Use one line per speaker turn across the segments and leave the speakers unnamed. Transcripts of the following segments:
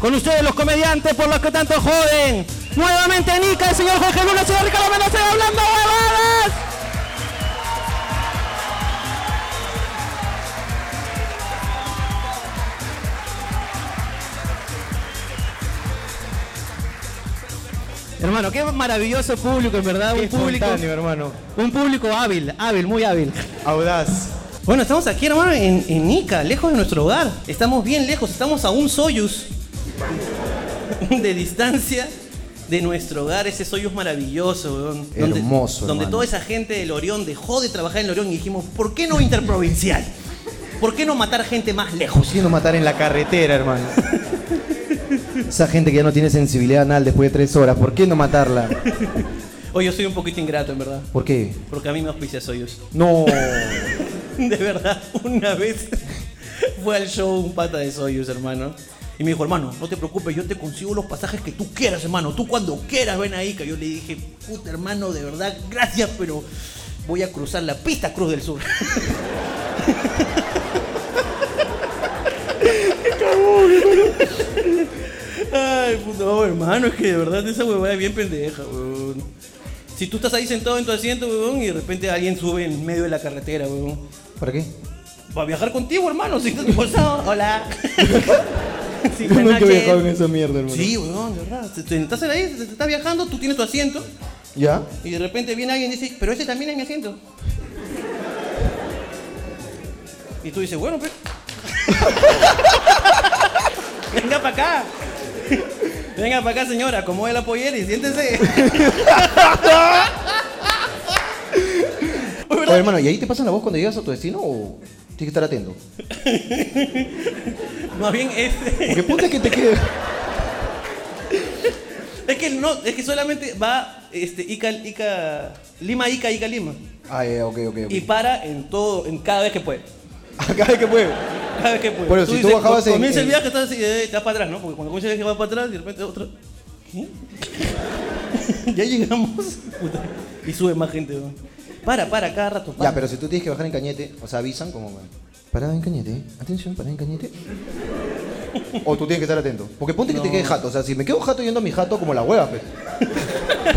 Con ustedes los comediantes por los que tanto joden. Nuevamente Nica, el señor Jorge Luna, el señor Ricardo Mendoza hablando huevadas. Hermano, qué maravilloso público, en verdad.
Qué
un público.
espontáneo, hermano.
Un público hábil, hábil, muy hábil.
Audaz.
Bueno, estamos aquí, hermano, en, en Nica, lejos de nuestro hogar. Estamos bien lejos, estamos a un Soyuz de distancia de nuestro hogar, ese Soyuz maravilloso, weón. Donde-
Hermoso,
Donde
hermano.
toda esa gente del Orión dejó de trabajar en el Orión y dijimos, ¿por qué no interprovincial? ¿Por qué no matar gente más lejos?
Quisiendo matar en la carretera, hermano.
Esa gente que ya no tiene sensibilidad anal después de tres horas, ¿por qué no matarla?
Hoy yo soy un poquito ingrato, en verdad.
¿Por qué?
Porque a mí me auspicia Soyuz.
No.
De verdad, una vez fue al show un pata de Soyuz, hermano. Y me dijo, hermano, no te preocupes, yo te consigo los pasajes que tú quieras, hermano. Tú cuando quieras ven ahí. Que yo le dije, puta hermano, de verdad, gracias, pero voy a cruzar la pista Cruz del Sur. Ay, puta, no, hermano, es que de verdad esa huevada es bien pendeja, weón. Si tú estás ahí sentado en tu asiento, weón, y de repente alguien sube en medio de la carretera, weón.
¿Para qué?
Va a viajar contigo, hermano, si está tu bolsado. Hola. Sí, buenas
Nunca he
noches.
viajado en esa mierda, hermano.
Sí, weón, de verdad. Se- te- Estás ahí, se- te estás viajando, tú tienes tu asiento
¿Ya?
y de repente viene alguien y dice, pero ese también es mi asiento. Y tú dices, bueno, pues. Venga para acá. Venga para acá, señora, acomode la pollera y siéntese.
Oye, hermano, ¿y ahí te pasan la voz cuando llegas a tu destino o tienes que estar atento?
Más bien, este.
Porque puta es que te quede.
Es que no, es que solamente va este, Ica, Ica, Lima, Ica, Ica, Lima.
Ah, ya, ok, ok, ok.
Y para en todo, en cada vez que puede.
Acá hay que puedo.
Cada vez que puede.
Bueno, si tú bajabas en-
Comienza el
en-
viaje, estás así, eh, estás para atrás, ¿no? Porque cuando comienza el viaje vas para atrás y de repente otro. ¿Qué? ya llegamos. Puta. Y sube más gente, weón. Para, para, cada rato. Para.
Ya, pero si tú tienes que bajar en cañete, o sea, avisan como. bueno, Parada en cañete, ¿eh? atención, parada en cañete. O tú tienes que estar atento. Porque ponte que te quede jato. O sea, si me quedo jato yendo a mi jato como la hueva, pues.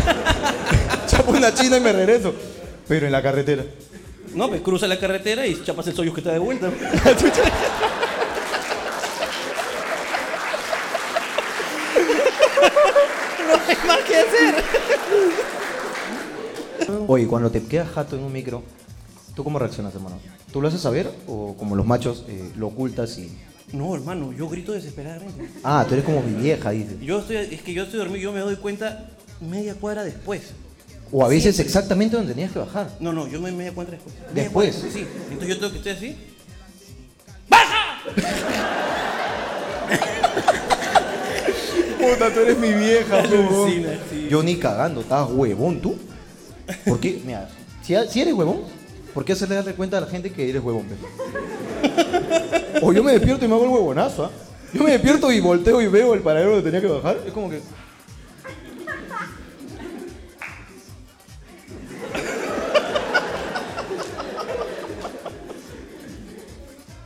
Chapo una china y me regreso. Pero en la carretera.
No, pues cruza la carretera y chapas el soyuz que está de vuelta. no hay más que hacer.
Oye, cuando te quedas jato en un micro, ¿tú cómo reaccionas, hermano? ¿Tú lo haces saber o como los machos eh, lo ocultas y.
No, hermano, yo grito desesperadamente.
Ah, tú eres como mi vieja, dices.
Yo estoy, es que yo estoy dormido, yo me doy cuenta media cuadra después.
O a veces exactamente donde tenías que bajar.
No, no, yo me media cuadra después. Media
Después.
cuadra, sí, entonces yo tengo que estoy así.
Puta, tú eres mi vieja, huevón.
Alucina, sí.
Yo ni cagando, estabas huevón tú. ¿Por qué? Mira, si, si eres huevón, ¿por qué hacerle darle cuenta a la gente que eres huevón? pe? O yo me despierto y me hago el huevonazo, ¿ah? Yo me despierto y volteo y veo el paradero donde tenía que bajar. Es como que.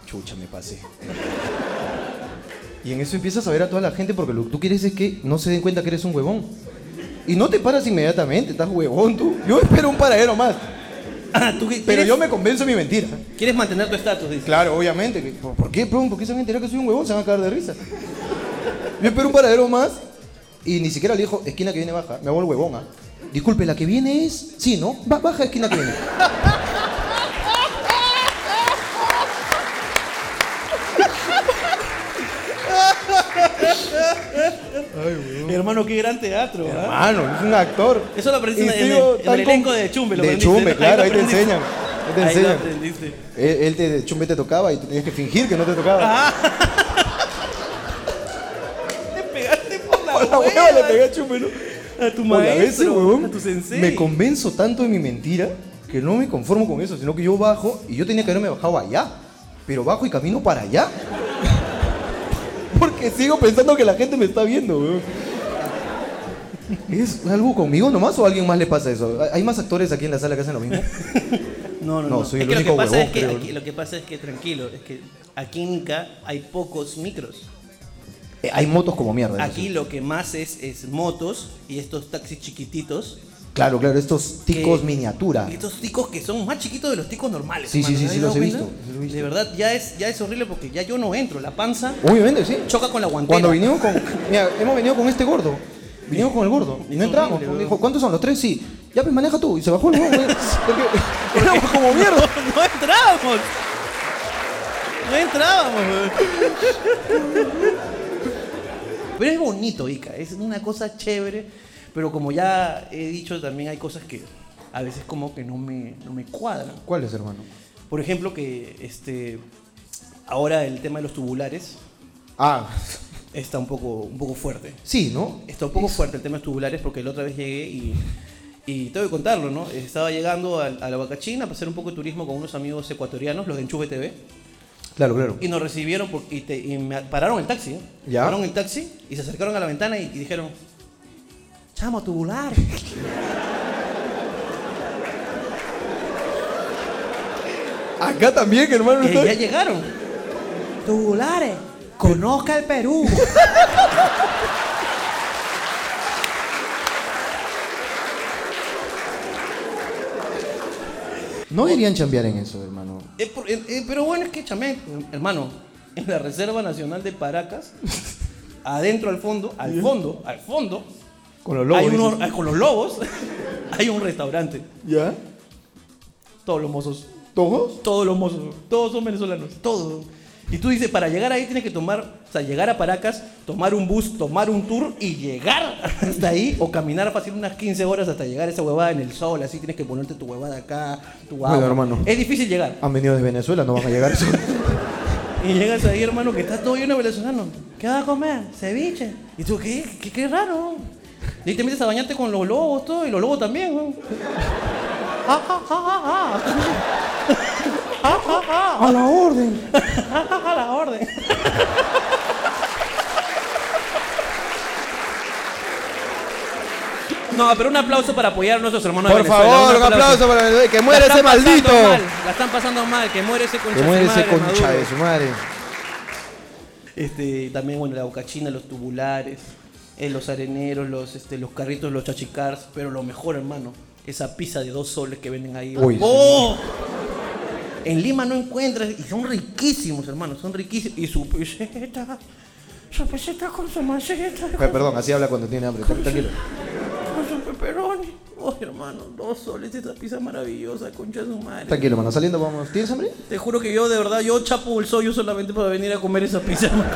Chucha, me pasé. Y en eso empiezas a ver a toda la gente porque lo que tú quieres es que no se den cuenta que eres un huevón. Y no te paras inmediatamente, estás huevón tú. Yo espero un paradero más,
Ah, ¿tú qué
pero
quieres?
yo me convenzo de mi mentira.
Quieres mantener tu estatus, dice.
Claro, obviamente. que- ¿Por por qué, perdón? ¿Por qué se van a enterar que soy un huevón? Se van a cagar de risa. Yo espero un paradero más y ni siquiera le dijo esquina que viene baja. Me hago el huevón, ¿ah? Disculpe, la que viene es. Sí, ¿no? Ba- baja esquina que viene.
Hermano, qué gran teatro. ¿ah?
Hermano, es un actor.
Eso lo aprendiste
Y
en,
sigo
el- en
tan
el elenco
con-
de Chumbe. lo
De
aprendiste,
Chumbe,
¿no?
claro, ahí te
aprendiste.
enseñan. Ahí te
Ahí lo
enseñan.
aprendiste.
Él, él te, Chumbe te tocaba y tú tenías que fingir que no te tocaba.
Ah, Te pegaste por la,
Con la
hueva,
hueva le pegué a Chumbe, ¿no?
A tu
Oye,
maestro,
a veces, huevón,
a tu sensei.
me convenzo tanto de mi mentira que no me conformo con eso, sino que yo bajo y yo tenía que haberme bajado allá, pero bajo y camino para allá. Porque sigo pensando que la gente me está viendo, weón. ¿Es algo conmigo nomás o a alguien más le pasa eso? ¿Hay más actores aquí en la sala que hacen lo mismo?
No, no,
No,
no.
soy
Es
el
que lo que
único
pasa
huevón,
es que
creo.
aquí- lo que pasa es que tranquilo, es que aquí en Ica hay pocos micros.
Eh, hay motos como mierda. eso
Aquí
sí.
lo que más es, es motos y estos taxis chiquititos.
Claro, claro, estos ticos
que-
miniatura.
Estos ticos que son más chiquitos de los ticos normales.
Ah. Sí, sí, sí,
hermano,
sí,
¿te has
los
dado
he
cuenta?
visto, los he visto.
De verdad, ya es, ya es horrible porque ya yo no entro. La panza
Obviamente, sí.
choca con la guantera.
Cuando vinimos con. Mira, hemos venido con este gordo. Vinimos con el gordo. Y
Es
no entramos.
horrible,
Me dijo, ¿cuántos son? Los tres, sí. Ya pues maneja tú. Y se bajó el gordo. Porque éramos como Oh, mierda.
no entrábamos. No entrábamos. weón. Pero es bonito, Ica. Es una cosa chévere. Pero como ya he dicho, también hay cosas que a veces como que no me, no me cuadran.
¿Cuál es, hermano?
Por ejemplo, que este, ahora el tema de los tubulares
Ah,
está un poco, un poco fuerte.
sí, ¿no?
Está un poco fuerte el tema de los tubulares porque la otra vez llegué y, y tengo que contarlo, ¿no? Estaba llegando al- a, la Huacachina para hacer un poco de turismo con unos amigos ecuatorianos, los de Enchufe TV,
Claro, claro.
y nos recibieron por- y, te- y me pararon el taxi. ¿eh?
Ya.
Pararon el taxi y se acercaron a la ventana y, y dijeron, chamo, tubular.
Acá también, hermano.
Eh, ya llegaron. Tubulares, conozca el Perú.
No deberían chambear en eso, hermano.
Eh, por- eh, eh, pero bueno, es que chamé, hermano, en la Reserva Nacional de Paracas, adentro al fondo, al fondo, al fondo,
Con los lobos.
hay uno-
dices.
ah, con los lobos, hay un restaurante.
¿Ya?
Todos los mozos,
¿Todos?
todos los mozos, todos son venezolanos, todos. Y tú dices, para llegar ahí tienes que tomar, o sea, llegar a Paracas, tomar un bus, tomar un tour y llegar hasta ahí o caminar fácil unas 15 horas hasta llegar a esa huevada en el sol, así tienes que ponerte tu huevada acá, tu
Bueno,
agua.
hermano.
Es difícil llegar.
Han venido de Venezuela, no van a llegar.
Y llegas ahí, hermano, que está todo lleno de venezolanos. ¿Qué vas a comer? Ceviche. Y tú, ¿qué? ¿Qué, qué raro? Y ahí te metes a bañarte con los lobos, todo, y los lobos también, ¿no? Ah, ah, ah, ah, ah. Ah, ah, ah.
a la orden.
A la orden. No, pero un aplauso para apoyar a nuestros hermanos
Por
de Venezuela.
favor, un aplauso para Venezuela. Que muere
La
ese
están pasando
maldito.
mal, La están pasando mal, que muere ese concha
Que
de
muere ese
madre,
concha
Maduro.
de su madre. Eh,
Este, también, bueno, la bocachina, los tubulares, eh, los areneros, los, este, los carritos, los chachicars. Pero lo mejor, hermano, esa pizza de dos soles que venden ahí.
Uy,
¡Oh! En Lima no encuentras, y son riquísimos, hermano, son riquísimos. Y su peseta, su peseta con su maceta,
Eh, Perdón, así habla cuando tiene hambre. Tranquilo.
con su pepperoni. ¡Oh, hermano, dos soles, esa pizza maravillosa, concha de su madre!
Tranquilo, hermano. Saliendo vamos. ¿Tienes hambre?
Te juro que yo, de verdad, yo chapo el sollo solamente para venir a comer esa pizza, hermano.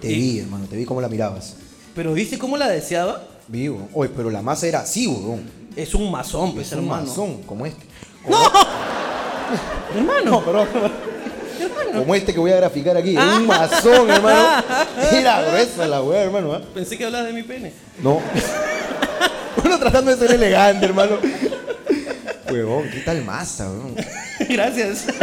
Te
Y-
vi, hermano. Te vi cómo la mirabas.
Pero ¿viste cómo la deseaba?
Vivo. Oye, pero la masa era así, weón.
Es un masón, pues,
Es un
hermano.
mazón, como este.
¡No! hermano. hermano.
Como este que voy a graficar aquí.
Ah.
Un mazón, hermano. Era gruesa la weá, hermano. ¿ah?
Pensé que hablabas de mi pene.
No. Uno tratando de ser elegante, hermano. Huevón, ¿qué tal masa, weón?
Gracias.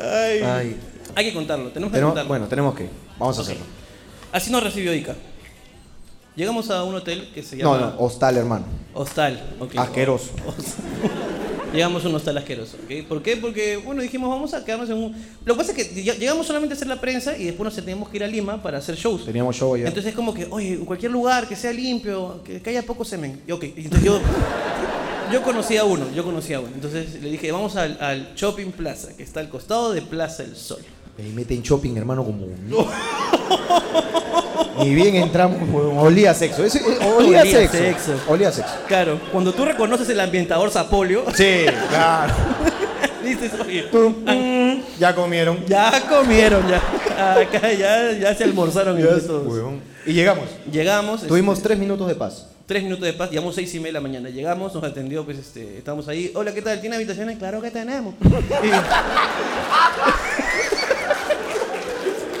Ay.
Ay.
Hay que contarlo, tenemos que
Tenemos-
contarlo.
bueno, tenemos que. Vamos a hacerlo.
Así nos recibió Ica. Llegamos a un hotel que se
No,
llama
no, Ah. hostal, hermano.
Hostal. ok.
Asqueroso.
Llegamos a un hostal asqueroso. ¿ok? ¿Por qué? Porque, bueno, dijimos, vamos a quedarnos en un... Lo que pasa es que ya- llegamos solamente a hacer la prensa y después nos teníamos que ir a Lima para hacer shows.
Teníamos show allá.
Entonces es como que, oye, en cualquier lugar que sea limpio, que, que haya poco semen. Y ok, y entonces yo, yo conocía uno, yo conocía uno. Entonces le dije, vamos al, al Shopping Plaza, que está al costado de Plaza del Sol.
Ahí meten shopping, hermano, como. Ni bien entramos, huevón. Olía a sexo. Ese- eh, olía,
Olía
a sexo.
sexo.
Olía a sexo.
Claro, cuando tú reconoces el ambientador Zapolio,
Sí, claro.
dices, oye,
Ya comieron.
ya comieron, ya, acá ya, ya se almorzaron. entre todos.
Huevón. Y llegamos.
Llegamos. este,
Tuvimos tres minutos de paz.
Tres minutos de paz, llegamos seis y media de la mañana. Llegamos, nos atendió, pues este, estábamos ahí. Hola, ¿qué tal? ¿Tiene habitaciones? Claro que tenemos. Y-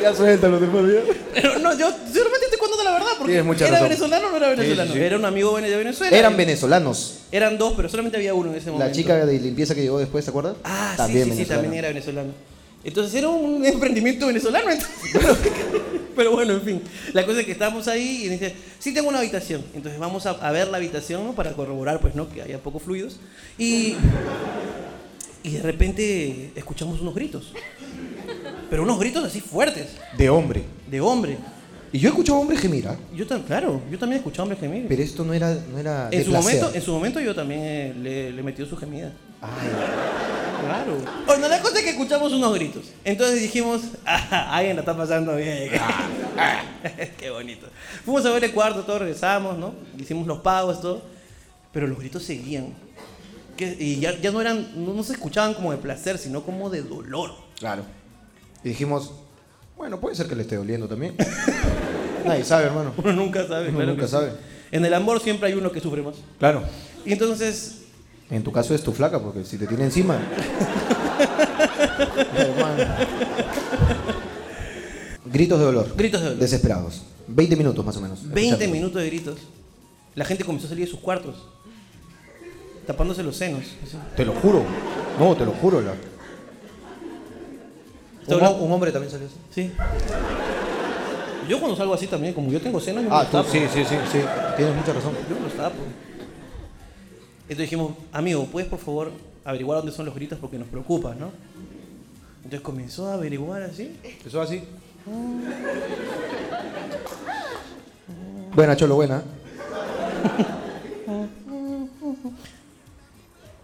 Ya suéltalo, te
pero no, yo realmente estoy contando la verdad, porque
Tienes mucha
¿era
razón.
venezolano o no era venezolano?
sí, sí.
Era un amigo vene- de Venezuela.
Eran
Y-
venezolanos.
Eran dos, pero solamente había uno en ese momento.
La chica de limpieza que llegó después, ¿te acuerdas?
Ah, sí, sí, sí,
venezolana.
también era venezolano. Entonces era un emprendimiento venezolano. entonces. Pero bueno, en fin. La cosa es que estamos ahí y dice, sí tengo una habitación. Entonces vamos a, a ver la habitación ¿no? para corroborar, pues, ¿no? Que haya pocos fluidos. Y, y de repente escuchamos unos gritos. Pero unos gritos así fuertes,
De hombre.
de hombre.
Y yo escuchaba hombre gemir, ¿ah?
Yo tan claro, yo también he escuchado hombres gemir.
Pero esto no era, no era de
En su,
placer.
momento, en su momento yo también eh, le, le he metido su gemida.
Ay,
Claro. Bueno, la cosa es que escuchamos unos gritos. Entonces dijimos, ah, alguien la está pasando bien. Ah, Qué bonito. Fuimos a ver el cuarto, todos regresamos, ¿no? Hicimos los pagos, todo. Pero los gritos seguían. Que- y ya, ya no eran, no, no se escuchaban como de placer, sino como de dolor.
claro. Y dijimos, bueno, puede ser que le esté doliendo también. Nadie sabe, hermano.
Uno nunca sabe,
Uno
claro
nunca
que sí.
sabe.
En el amor siempre hay uno que sufre más.
Claro.
Y entonces
En tu caso es tu flaca, porque si te tiene encima. Hermano. Gritos de dolor.
Gritos de dolor.
Desesperados. 20 minutos más o menos.
20
Escuchando.
minutos de gritos. La gente comenzó a salir de sus cuartos, tapándose los senos. así.
Te lo juro. No, te lo juro. la- Un,
hablando-
un hombre también salió así.
Sí. Yo cuando salgo así también, como yo tengo senos, yo me
Ah,
los
tú,
tapo.
sí, sí, sí, sí. Tienes mucha razón.
Yo me los tapo. Entonces dijimos, amigo, ¿puedes por favor averiguar dónde son los gritos porque nos preocupa, no? Entonces comenzó a averiguar así.
Empezó así. Buena, Cholo, buena.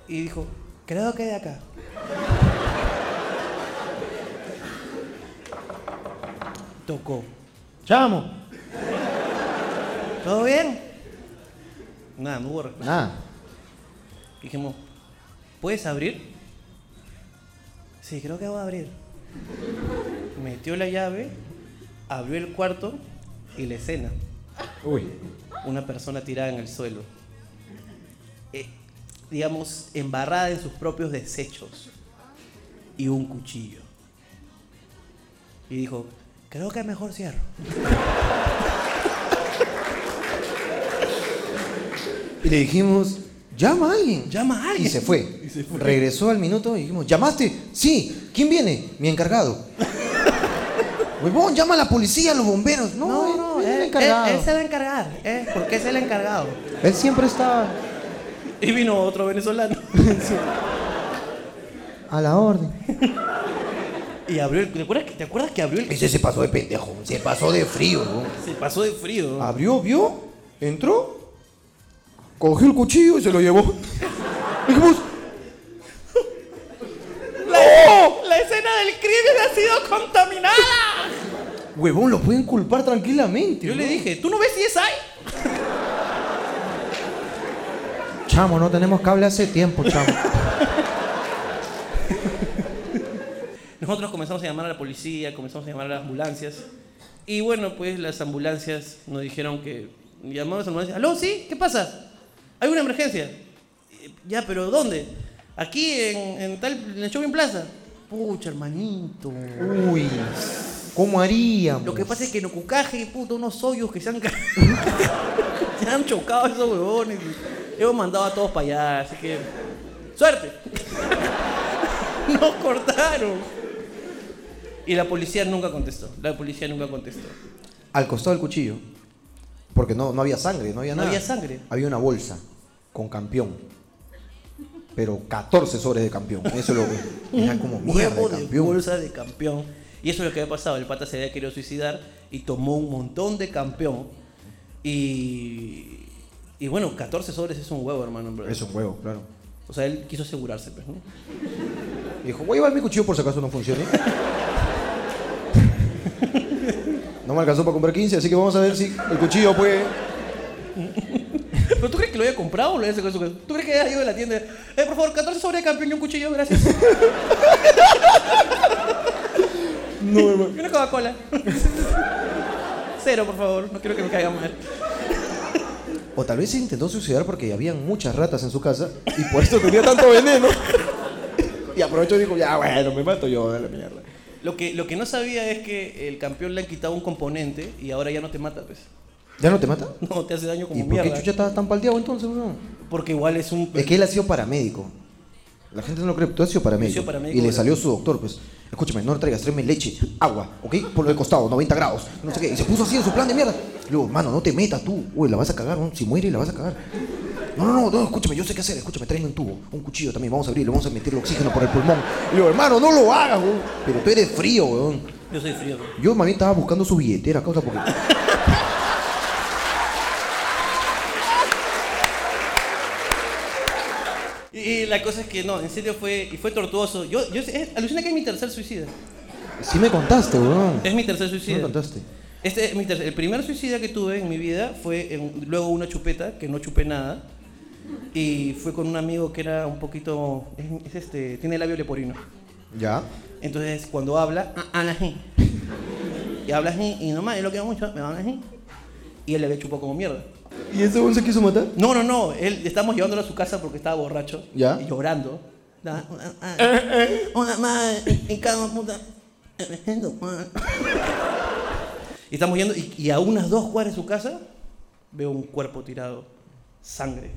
Y dijo, creo que de acá. Tocó.
Chamo.
¿Todo bien? Nada, no hubo respuesta.
Nada.
Dijimos, ¿puedes abrir? Sí, creo que voy a abrir. Metió la llave, abrió el cuarto y la escena.
Uy.
Una persona tirada en el suelo. Eh, digamos, embarrada en sus propios desechos. Y un cuchillo. Y dijo, creo que mejor cierro.
Y le dijimos, llama a alguien.
Llama a alguien.
Y se fue. Regresó al minuto y dijimos, ¿llamaste? Sí. ¿Quién viene? Mi encargado. Huevón, llama a la policía, a los bomberos. No, no, él, es el encargado.
él
Él,
se va a encargar, ¿eh? Porque es el encargado.
siempre está
Y vino otro venezolano.
a la orden.
Y abrió el... ¿Te acuerdas que, te acuerdas que abrió el...
Ese se pasó de pendejo, se pasó de frío. huevón.
Se pasó de frío.
Abrió, vio, entró, cogió el cuchillo y se lo llevó. Dijimos,
La escena del crimen ha sido contaminada.
huevón, lo pueden culpar tranquilamente.
Yo le
huevón.
dije, ¿tú no ves si es ahí?
Chamo, no tenemos cable hace tiempo, chamo.
Nosotros comenzamos a llamar a la policía, comenzamos a llamar a las ambulancias. Y bueno, pues las ambulancias nos dijeron que llamamos a las ambulancias. ¿Aló, sí? ¿Qué pasa? ¿Hay una emergencia? "Eh, Ya, pero ¿dónde? Aquí en, en tal, en el shopping plaza. Pucha, hermanito.
Uy, ¿cómo haríamos?
Lo que pasa es que en Ocucaje, puta, unos hoyos que se han, ca- se han chocado esos huevones. Hemos mandado a todos para allá, así que. ¡Suerte! Nos cortaron. Y la policía nunca contestó. La policía nunca contestó.
Al costado del cuchillo, porque no, no había sangre, no había
No
nada.
había sangre.
Había una bolsa con campeón, pero 14 sobres de campeón. Eso lo era como mierda
Huevo
de
de
campeón.
bolsa de campeón. Y eso es lo que había pasado. El pata se había querido suicidar y tomó un montón de campeón. Y. Y bueno, 14 sobres es un huevo, hermano. en verdad.
Es un huevo, claro.
O sea, él quiso asegurarse, pues, ¿no?
Y dijo, voy a llevar mi cuchillo por si acaso no funcione. No me alcanzó para comprar 15, así que vamos a ver si el cuchillo pues, puede.
¿Pero tú crees que lo haya comprado o lo haya sacado? de su casa? ¿Tú crees que haya ido a la tienda? Eh, por favor, 14 sobre de campeón y un cuchillo, gracias.
No, hermano.
Y una Coca-Cola. Cero, por favor, no quiero que me caiga mal.
O tal vez se intentó suicidar porque había muchas ratas en su casa y por eso tenía tanto veneno. Y aprovechó y dijo, ya bueno, me mato yo de la mierda.
Lo que, lo que no sabía es que el campeón le han quitado un componente y ahora ya no te mata, pues.
¿Ya no te mata?
No, te hace daño como
¿Y por qué
mierda.
Chucha estaba tan palteado entonces, bro?
Porque igual es un...
Es que él ha sido paramédico. La gente no lo cree, tú has sido
He
paramédico.
sido paramédico,
y le
¿verdad?
salió su doctor, pues, escúchame, no traigas, tráeme leche, agua, ¿ok? Por lo de costado, 90 grados, no sé qué. Y se puso así en su plan de mierda. Le digo, mano, no te metas tú. Uy, la vas a cagar, ¿no? si muere la vas a cagar. No, no, no, no, escúchame, yo sé qué hacer, escúchame, tráeme un tubo, un cuchillo también, vamos a abrirlo, vamos a meterle oxígeno por el pulmón. Le digo, hermano, no lo hagas, weón. Pero tú eres frío, weón.
Yo soy frío.
Yo más bien estaba buscando su billetera, causa, porque...
Y, y la cosa es que no, en serio fue, y fue tortuoso. Yo, yo es- alucina que es mi tercer suicida.
Sí me contaste, weón.
Es mi tercer
Sí
suicida.
me contaste.
Este, es mi tercer- el primer suicida que tuve en mi vida fue en- luego una chupeta, que no chupé nada. Y fue con un amigo que era un poquito. es- es este, tiene labio leporino.
Ya.
Entonces, cuando habla, ah, habla así. Y habla así, y nomás, yo lo quiero mucho, me habla así. Y él le había chupado como mierda.
¿Y ese weón se quiso matar?
No, no, no, él, estamos llevándolo a su casa porque estaba borracho.
Ya. Eh,
Y llorando. Da- ah, ah, Una madre, y cada puta. eh, Y estamos yendo, y, y a unas dos cuadras de su casa, veo un cuerpo tirado, sangre.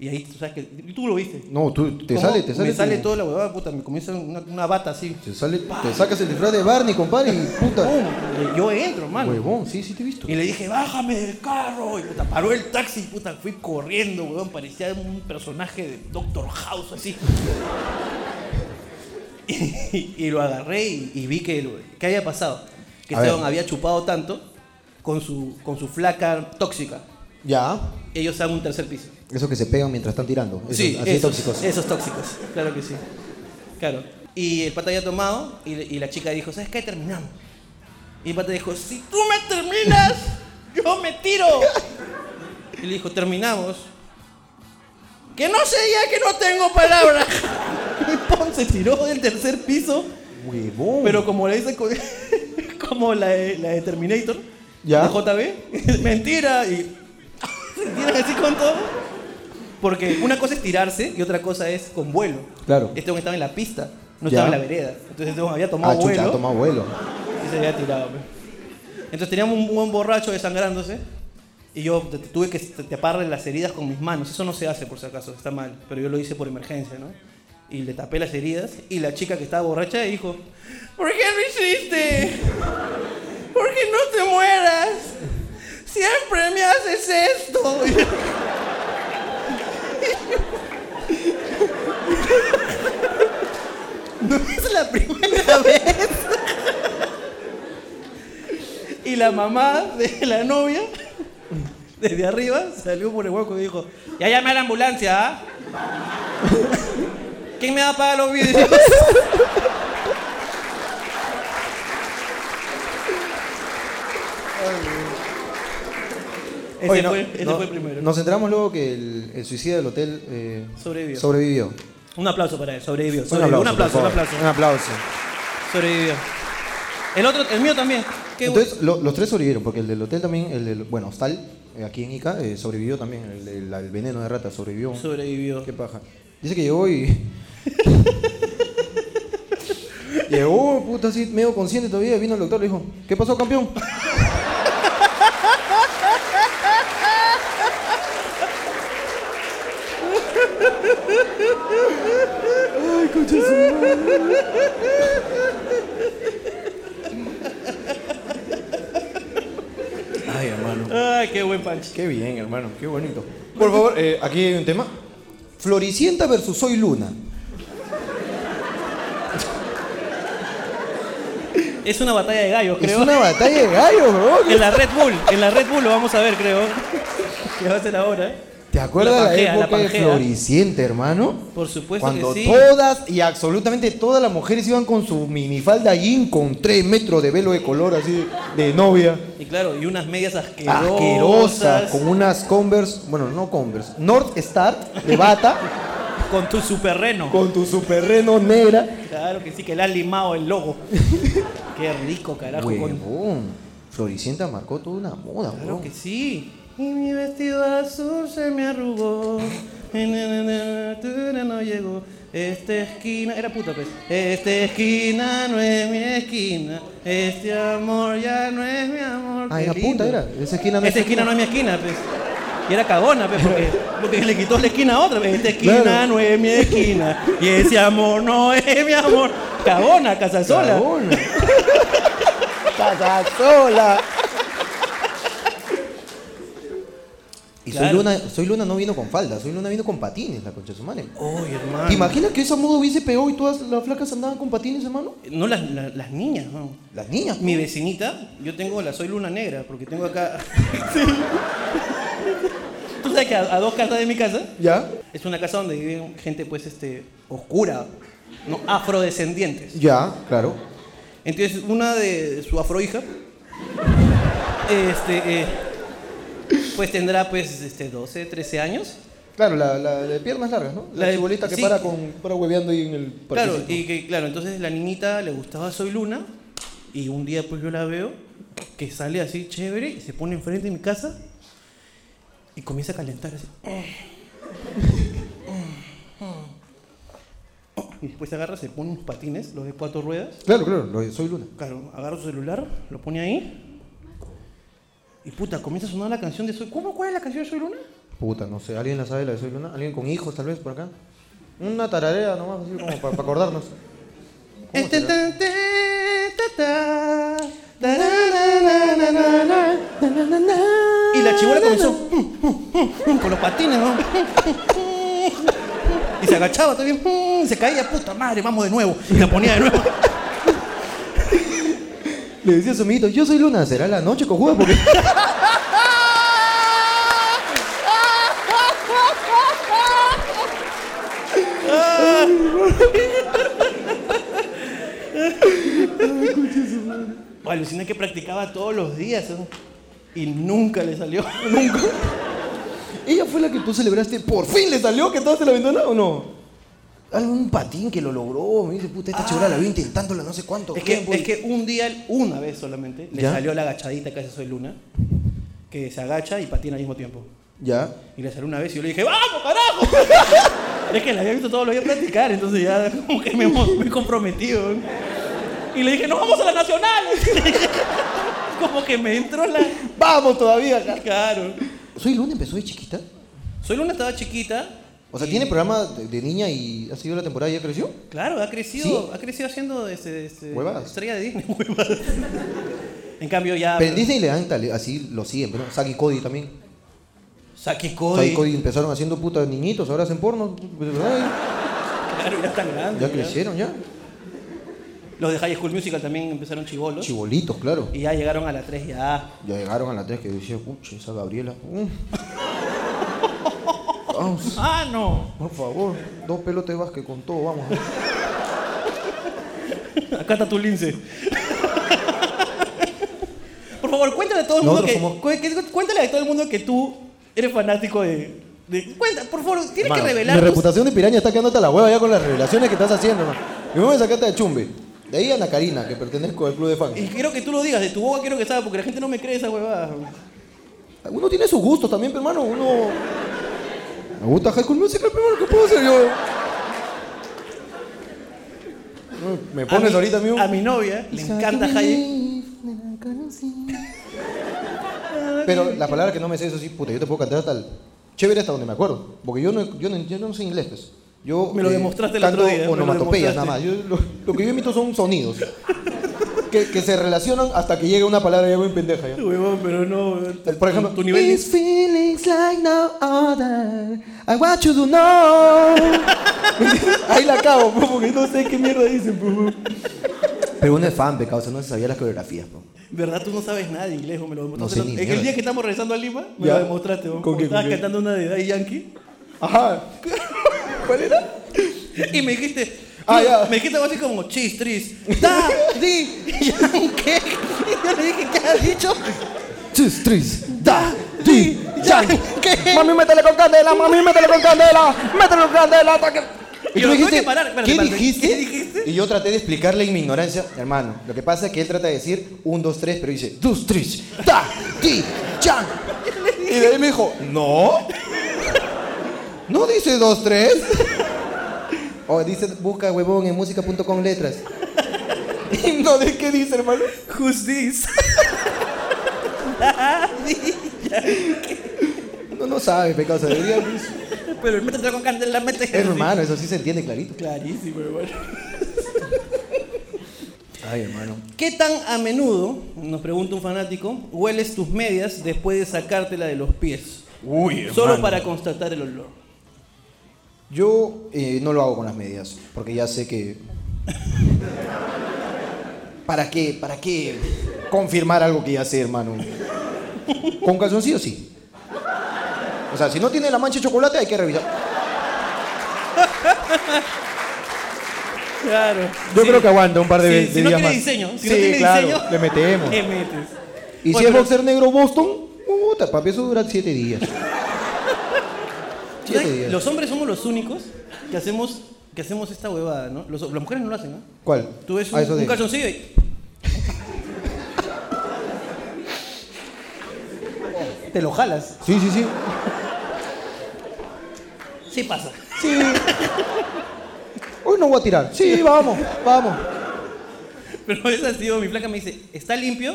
Y ahí, tú sabes que, y tú lo viste.
No, tú te
¿Cómo
sale, te sale.
Me sale
tu-
toda la huevada, puta, me comienza una, una bata así.
Te sale, te sacas el disfraz de Barney, compadre, y puta.
¡Pum! Eh, Yo entro, hermano.
Huevón, sí, sí te he visto.
Oh, Y le dije, bájame del carro. Y puta, paró el taxi. Puta, fui corriendo, weón. Parecía un personaje de Doctor House, así. y, y lo agarré y, y vi que, lo- que había pasado. Que
A
este
ver.
don había chupado tanto con su, con su flaca tóxica.
Ya.
Ellos están en un tercer piso.
Eso que se pegan mientras están tirando. Esos,
sí, eh,
así
esos,
tóxicos.
Esos tóxicos, claro que sí. Claro. Y el pata había tomado y, y la chica dijo, ¿sabes qué? Terminamos. Y el pata dijo, si tú me terminas, yo me tiro. Y le dijo, terminamos. Que no sé ya que no tengo palabras. Y pon se tiró del tercer piso,
Huevón.
pero como le dice, co- como la de, la de Terminator,
Ya.
de JB, mentira. Y se tiran así con todo. Porque una cosa es tirarse y otra cosa es con vuelo.
Claro.
Este hombre estaba en la pista, no
Ya.
estaba en la vereda. Entonces este hombre había tomado
ah, chucha,
vuelo
ha tomado vuelo.
y se había tirado. pe. Entonces teníamos un buen borracho desangrándose y yo te- te tuve que te- taparle las heridas con mis manos. Eso no se hace por si acaso, está mal. Pero yo lo hice por emergencia, ¿no? Y le tapé las heridas y la chica que estaba borracha dijo, ¿por qué lo hiciste? ¿Por qué no te mueras? Siempre me haces esto. No es la primera vez. Y la mamá de la novia, desde arriba, salió por el hueco y dijo, ya llamé a la ambulancia, ¿ah? ¿Quién me va a pagar los vídeos? Ese,
Oye, no,
fue, ese
no,
fue el primero.
Nos enteramos luego que el, el suicida del hotel eh,
Sobrevivió.
sobrevivió.
Un aplauso para él, sobrevivió. sobrevivió. Un aplauso,
por
un
favor.
aplauso.
Un aplauso.
Sobrevivió. El otro, el mío también. Qué bu-
Entonces, lo- los tres sobrevivieron, porque el del hotel también, el del, bueno, hostal, eh, aquí en Ica, eh, sobrevivió también. El, del al veneno de rata sobrevivió.
sobrevivió.
Qué paja. Dice que llegó y. llegó, puta, así, medio consciente todavía. Vino el doctor y le dijo: ¿Qué pasó, campeón?
Ay, hermano.
Ay, qué buen punch.
Qué bien, hermano. Qué bonito.
Por favor, eh, aquí hay un tema. Floricienta versus Soy Luna.
Es una batalla de gallos, creo.
Es una batalla de gallos, bro.
En la Red Bull, en la Red Bull lo vamos a ver, creo. Que va a ser ahora. ¿eh?
¿Te acuerdas
La
la,
Pangea, la
época de
Pangea.
Floricienta, hermano?
Por supuesto
Cuando
que sí.
todas y absolutamente todas las mujeres iban con su minifalda jean con 3 metros de velo de color así de, de novia.
Y claro, y unas medias asquerosas.
Asquerosa, con unas Converse, bueno, no Converse, North Star de bata,
Con tu superreno.
con tu superreno negra.
Claro que sí, que le han limado el logo. qué rico, carajo. Con...
Huevón, Floricienta marcó toda una moda,
Claro
huevón.
que sí. Y mi vestido azul se me arrugó. Y na, na, na, tu, na, no llegó. Esta esquina. Era puta, pues. Esta esquina no es mi esquina. Este amor ya no es mi amor.
Ah,
Qué
era
lindo.
puta, Ah, era. Esa esquina no
Esta
es
esquina no es mi esquina, pues. Y era cagona, pe, porque, porque le quitó la esquina a otra. pe, Esta esquina
Claro.
no es mi esquina. Y ese amor no es mi amor. Cagona, casasola.
Cagona. Casa sola. Y soy
Claro.
Luna, soy Luna no vino con falda, soy Luna vino con patines, la concha de su madre.
Uy, hermano.
¿Te imaginas que esa moda hubiese pegado y todas las flacas andaban con patines, hermano?
No las, las, las niñas, no.
Las niñas.
Mi vecinita, yo tengo la soy luna negra, porque tengo acá. Sí. Tú sabes que a, a dos casas de mi casa,
¿Ya?
es una casa donde vive gente, pues, este, oscura, no, afrodescendientes.
Ya, claro.
Entonces, una de su afrohija, este, eh, pues tendrá pues este, 12, 13 años.
Claro, la, la de piernas largas, ¿no?
La
La
de-
chibolita que
sí.
para con para hueveando ahí en el
Claro,
parquecito.
y que, claro, entonces la niñita le gustaba Soy Luna y un día pues yo la veo que sale así chévere y se pone enfrente de mi casa y comienza a calentar así. Y después agarra, se pone unos patines, los de cuatro ruedas,
Claro, claro, lo- soy Luna.
Claro, agarra su celular, lo pone ahí. Y puta, comienza a sonar la canción de Soy. ¿Cómo? ¿Cuál es la canción de Soy Luna?
Puta, no sé, ¿alguien la sabe la de Soy Luna? ¿Alguien con hijos tal vez por acá? Una tararea nomás, así como para acordarnos.
Este tan, te, ta, ta, da, da, da, da, da, da. Y la chibola comenzó "Mm, con los patines, ¿no? Y se agachaba también, se caía, puta madre, vamos de nuevo. Y la ponía de nuevo.
Le decía a su amiguito, yo soy Luna, será la noche cojuda porque...
O alucina que practicaba todos los días, ¿no? Y nunca le salió. Nunca.
Ella fue la que tú celebraste, por fin le salió que estabas en la ventana o no. Algún patín que lo logró, me dice, puta, esta chibola la vio intentándola no sé cuánto
Es que,
tiempo.
es que un día, una vez solamente, le
¿Ya?
salió la agachadita que hace Soy Luna, que se agacha y patina al mismo tiempo.
Ya.
Y le salió una vez y yo le dije, ¡vamos, carajo! es que la había visto todo, lo iba a platicar, entonces ya como que me he comprometido. Y le dije, ¡nos vamos a la nacional! como que me entró la...
¡Vamos todavía! ja.
Claro.
¿Soy Luna empezó de chiquita?
Soy Luna estaba chiquita.
O sea,
y-
¿tiene programa de, de niña y ha sido la temporada y ya creció?
Claro, ha crecido,
¿Sí?
ha crecido haciendo este, este,
Huevadas.
estrella de Disney, huevadas. En cambio ya...
Pero en Disney le dan tale- así lo siguen, pero Saki y Cody también.
Saki
Saki y
Cody.
Cody empezaron haciendo putas niñitos, ahora hacen porno. pues, ay,
Claro, ya están grandes.
Ya crecieron, ya.
Los de High School Musical también empezaron chivolos.
Chibolitos, claro.
y ya llegaron a la 3 ya.
Ya llegaron a la 3 que decía, pucha, esa Gabriela. mm". Vamos,
¡Ah, no!
por favor, dos pelotas de básquet con todo, vamos.
Acá está tu lince. Por favor, cuéntale a todo el mundo
Nosotros
que,
somos-
cu- que- Cuéntale a todo el mundo que tú eres fanático de... de- cuenta, por favor, tienes que revelar...
Mi
tus-
reputación de piraña está quedándote a la hueva ya con las revelaciones que estás haciendo, hermano. Primero me sacaste a Chumbe. De ahí a Ana Karina, que pertenezco al club de fans.
Y quiero que tú lo digas, de tu boca quiero que salga, porque la gente no me cree esa huevada.
Uno tiene sus gustos también, pero, hermano. Uno. Me gusta High School Musical, pero, hermano, ¿qué puedo hacer yo? No, Mm, Me
A
pones
mi-
ahorita, amigo.
A mi novia le encanta High...
Pero la palabra que no me sé, eso sí, puta, yo te puedo cantar hasta el... Chévere hasta donde me acuerdo. Porque yo no, yo no, yo no sé inglés, pues. Yo,
Me lo demostraste el
canto
otro día, me lo
onomatopeyas nada más.
demostraste.
Yo, lo, lo que yo emito son sonidos. que, que se relacionan hasta que llega una palabra ya muy pendeja. ya.
Huevón, pero no... huevón.
Por ejemplo,
Tu- tu nivel...
These feelings like no other. I want you to know. Ahí la acabo, po, porque no sé qué mierda dicen, po. Pero uno es fan, pecado, o sea, no se sabía las coreografías, po.
¿Verdad? Tú no sabes nada de inglés, vos me lo demostraste.
No sé ni
en
mierda.
el día que estamos regresando a Lima, me
Ya.
lo demostraste. vos.
¿Con qué,
Estabas
con qué?
cantando una de Daddy Yankee
Ajá. ¿Cuál era?
y me dijiste.
Ah, ya.
Me dijiste algo así como chis, tris, Daddy Yankee. Y yo le dije, ¿qué has dicho?
Chis, tris, da, di, yankee. Mami, métele con candela, mami, métele con candela, métele con candela. hasta que-
Y
tú
lo tuve que parar, espérate,
¿qué
espérate,
dijiste?
¿qué dijiste?
Y yo traté de explicarle en mi ignorancia, hermano. Lo que pasa es que él trata de decir un, dos, tres, pero dice dos, tres, da, di, yan. Y de ahí me dijo, no. No dice dos, tres. O dice, busca huevón en música.com letras. Y no, ¿de qué dice, hermano?
Who's this? Daddy.
No, no sabes, pe causa. Debería, pues,
Pero métetela con candela, métetela.
hermano, eso sí se entiende clarito.
Clarísimo, hermano.
Ay, hermano.
¿Qué tan a menudo, nos pregunta un fanático, hueles tus medias después de sacártela de los pies?
Uy,
Solo
hermano.
para constatar el olor.
Yo eh, no lo hago con las medias, porque ya sé que. ¿Para qué? ¿Para qué confirmar algo que ya sé, hermano? ¿Con calzoncillo sí? O sea, si no tiene la mancha de chocolate, hay que revisar.
Claro.
Yo creo que aguanta un par de,
Sí,
de
si no
días
tiene
más.
diseño, si
sí,
no tiene
claro,
diseño, Eh,
le metemos.
le metes.
Y si
Oye,
es
pero-
boxer negro Boston, puta, papi, eso dura siete días.
¿Tú
siete
sabes?
días.
Los hombres somos los únicos que hacemos, que hacemos esta huevada, ¿no? Los- las mujeres no lo hacen, ¿no?
¿Cuál?
Tú ves un,
Ah, eso
un
de-
calzoncillo y... Te lo jalas.
Sí, sí, sí.
Sí pasa.
Sí. Hoy no voy a tirar. Sí, vamos, vamos.
Pero es así, mi placa me dice, ¿está limpio?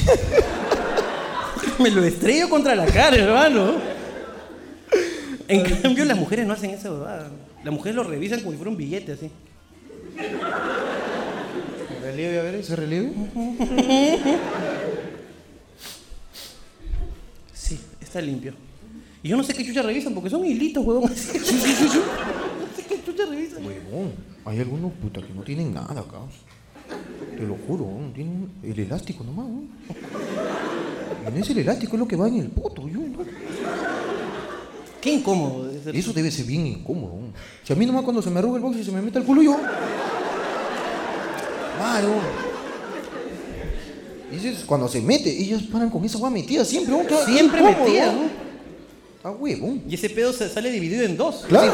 me lo estrello contra la cara, hermano. En cambio, las mujeres no hacen esa huevada. Las mujeres lo revisan como si fuera un billete, así.
Relieve, a ver, ese relieve.
Sí, está limpio. Y yo no sé qué chucha revisan, porque son hilitos, huevón. Sí, sí, sí, No sé qué chucha revisan.
Huevón, hay algunos puta que no tienen nada, caos. Te lo juro, weón, tienen el elástico nomás, weón. Y En ese elástico es lo que va en el poto, yo, ¿no?
Qué incómodo. debe ser.
Eso debe ser bien incómodo. weón. Si a mí nomás cuando se me arruga el box y se me mete el culo yo. Claro. Y eso es cuando se mete, ellas paran con esa weá metida siempre, weón, qué- qué
Siempre
incómodo,
metida,
weón.
¿no?
Ah, huevón.
Y ese pedo se sale dividido en dos.
Claro.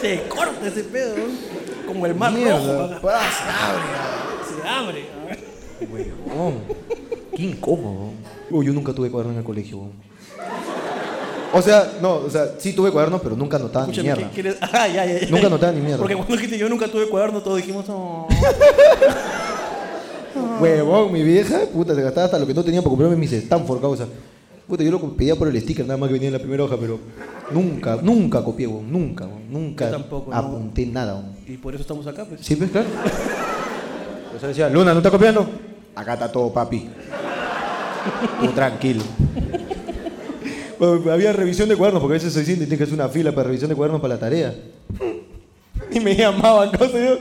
Se corta ese pedo, huevón. Como el mar rojo.
Mierda.
acá.
Pasa,
Se abre.
Huevón. Qué incómodo. Uy, yo nunca tuve cuaderno en el colegio, weón. O sea, no, o sea, sí tuve cuadernos, pero nunca anotaba ni
Escúchame, ¿qué
mierda.
quieres? Ah, ya, ya, ya.
Nunca anotaba ni mierda.
Porque cuando dijiste yo nunca tuve cuaderno, todos dijimos, "Oh".
Huevón, mi vieja, puta, se gastaba hasta lo que no tenía para comprarme mis Stanford, causa. Puta, yo lo pedía por el sticker, nada más que venía en la primera hoja, pero nunca, nunca copié, weón, nunca, weón, nunca
Yo tampoco, no.
apunté nada, weón.
Y por eso estamos acá, pues.
Sí, pues, claro. O sea, decía, Luna, ¿no estás copiando? Acá está todo, papi. Tú tranquilo. Bueno, pues, había revisión de cuadernos, porque a veces se siente y tienes que hacer una fila para revisión de cuadernos para la tarea. Y me llamaban, cosas. Yo,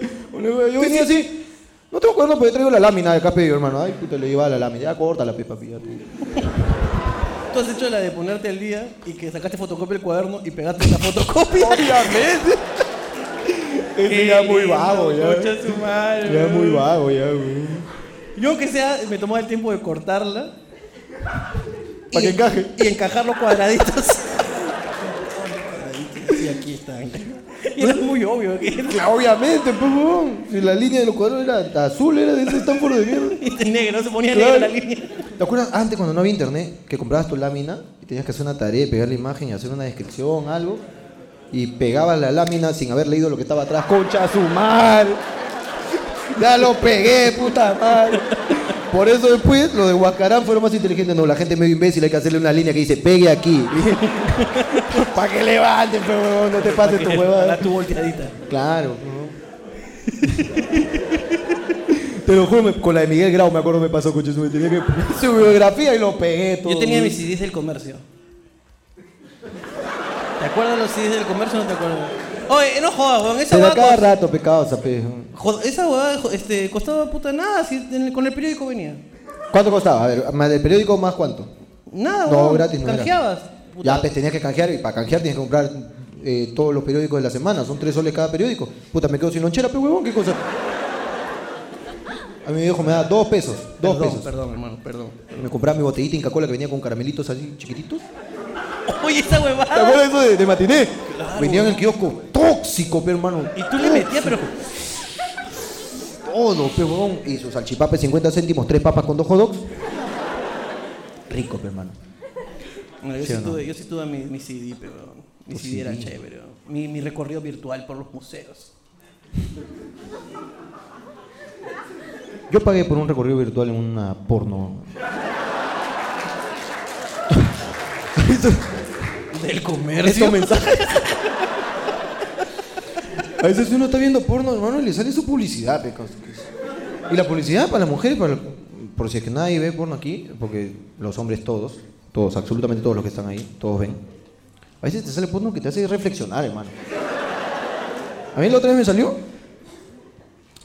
yo venía así. No tengo cuadernos porque traigo la lámina de acá pedido, hermano. Ay, puta, le llevaba la lámina. Ya corta la pepa, papi. ya tú.
Tú has hecho la de ponerte al día y que sacaste fotocopia del cuaderno y pegaste la fotocopia.
Obviamente. Ese ya muy vago, ya.
Escucha su madre.
Ya
weón.
muy vago, ya, güey.
Yo aunque sea, me tomaba el tiempo de cortarla.
Para
y-
que encaje.
Y encajar los cuadraditos. y aquí están. Y era muy obvio que
Claro, Obviamente, pues, huevón. Si la línea de los cuadros era azul, era de ese Stanford de mierda.
este negro se ponía negro
Claro.
la línea.
¿Te acuerdas antes cuando no había internet que comprabas tu lámina y tenías que hacer una tarea, pegar la imagen y hacer una descripción, algo? Y pegabas la lámina sin haber leído lo que estaba atrás. ¡Concha su madre! Ya lo pegué, puta madre. Por eso después los de Huascarán fueron más inteligentes. No, la gente medio imbécil hay que hacerle una línea que dice pegue aquí. Para que levanten, pero huevón, no te pases tu huevada.
Para tu volteadita.
Claro. Te lo juro, me- con la de Miguel Grau me acuerdo me pasó coche su tenía que poner su biografía y lo pegué todo.
Yo tenía mis
güey.
CDs del comercio. ¿Te acuerdas los CDs del comercio o no te acuerdas? Oye, no jodas, weón. Esa
Pero a cada
hueá,
rato pecado, sape.
co- jo- esa hueá, jo- este, costaba puta nada. si en el- con el periódico venía.
¿Cuánto costaba? A ver, más del periódico más cuánto?
Nada,
No,
weón.
gratis no era.
Canjeabas. puta.
Ya pues tenías que canjear y para canjear tienes que comprar eh, todos los periódicos de la semana, son tres soles cada periódico. Puta, me quedo sin lonchera, pero huevón, qué cosa. A mi viejo me da dos pesos, dos
perdón,
pesos.
Perdón, hermano, perdón.
Me compraba mi botellita Inca Cola que venía con caramelitos así chiquititos.
Oye, esa
¿Te
huevada.
acuerdas eso de, de matiné? Venían en el kiosco tóxico, pe, hermano.
Y tú le metías, pero
Todo, pe, huevón. Y sus salchipapes 50 céntimos, tres papas con dos hot dogs. Rico, pe, hermano.
Bueno, yo,
¿Sí
sí
o no?
tuve, yo sí tuve mi, mi CD, pero mi
Tu
CD, era
CD.
chévere. weón. Mi, mi recorrido virtual por los museos.
Yo pagué por un recorrido virtual en una porno.
Del
Estos
comercio.
mensajes. A veces uno está viendo porno, hermano, y le sale su publicidad. pe, cons- Y la publicidad para las mujeres, para por si es que nadie ve porno aquí, porque los hombres todos, todos, absolutamente todos los que están ahí, todos ven. A veces te sale porno que te hace reflexionar, hermano. A mí la otra vez me salió.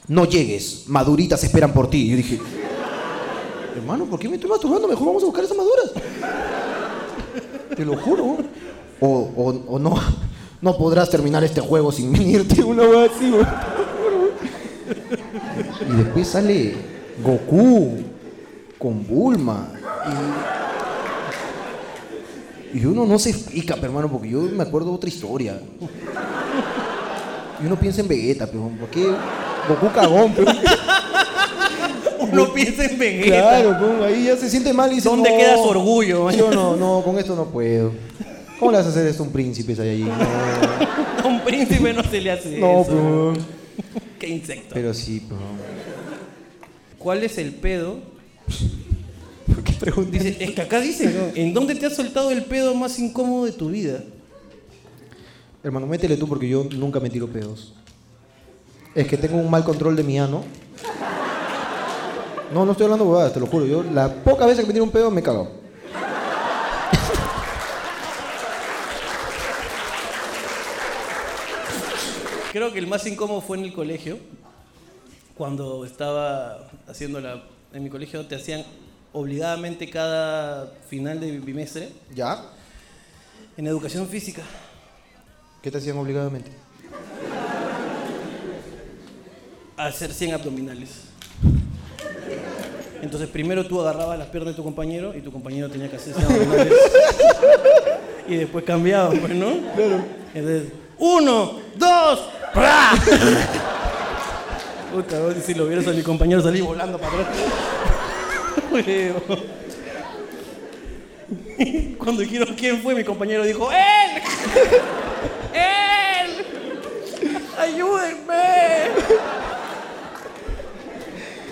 No llegues, maduritas esperan por ti. Y yo dije, hermano, ¿por qué me estoy masturbando? Mejor vamos a buscar esas maduras. Te lo juro. O, o- o no, no podrás terminar este juego sin venirte una vez así, weón. Y después sale Goku con Bulma. Y, y uno no se explica, pe, hermano, porque yo me acuerdo de otra historia. Y uno piensa en Vegeta, pero ¿por qué Goku cagón? pe?
Uno piensa en Vegeta.
Claro, pum, ahí ya se siente mal y dice,
¿Dónde
"No,
queda su orgullo?
Yo no, no, con esto no puedo. ¿Cómo le vas a hacer esto a un príncipe Saiyajin? No,
A un príncipe no se le hace
no pues.
eso.
pero...
Qué insecto.
pero sí, pero...
¿Cuál es el pedo?
¿Por qué preguntas?
Dice, es que acá dice, ¿no? ¿en dónde te has soltado el pedo más incómodo de tu vida?
Hermano, métele tú porque yo nunca me tiro pedos. Es que tengo un mal control de mi ano. No, no estoy hablando huevadas, te lo juro. Yo la poca veces que me tiro un pedo me cago.
Creo que el más incómodo fue en el colegio. Cuando estaba haciendo la... En mi colegio te hacían obligadamente cada final de bimestre
¿Ya?
en educación física.
¿Qué te hacían obligadamente?
hacer 100 abdominales. Entonces primero tú agarrabas las piernas de tu compañero y tu compañero tenía que hacer 100 abdominales. y después cambiaba, pues, ¿no? Claro. Entonces, uno, dos, ¡ra! Puta, vos, si lo vieras a mi compañero salir volando para atrás. Huevo. Cuando dijeron quién fue, mi compañero dijo, ¡él! ¡él! ¡ayúdenme!